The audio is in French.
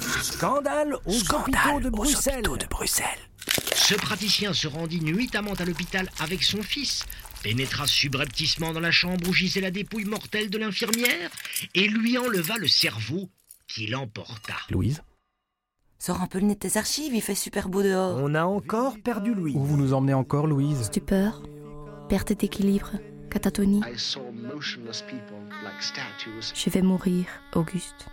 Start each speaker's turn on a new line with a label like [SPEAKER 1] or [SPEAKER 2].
[SPEAKER 1] Scandale aux hôpitaux de Bruxelles.
[SPEAKER 2] Ce praticien se rendit nuitamment à l'hôpital avec son fils, pénétra subrepticement dans la chambre où gisait la dépouille mortelle de l'infirmière et lui enleva le cerveau qu'il emporta.
[SPEAKER 3] Louise
[SPEAKER 4] Sors un peu le nez de tes archives, il fait super beau dehors.
[SPEAKER 1] On a encore perdu Louis.
[SPEAKER 3] Où vous nous emmenez encore, Louise
[SPEAKER 5] Stupeur, perte d'équilibre, catatonie. Je vais mourir, Auguste.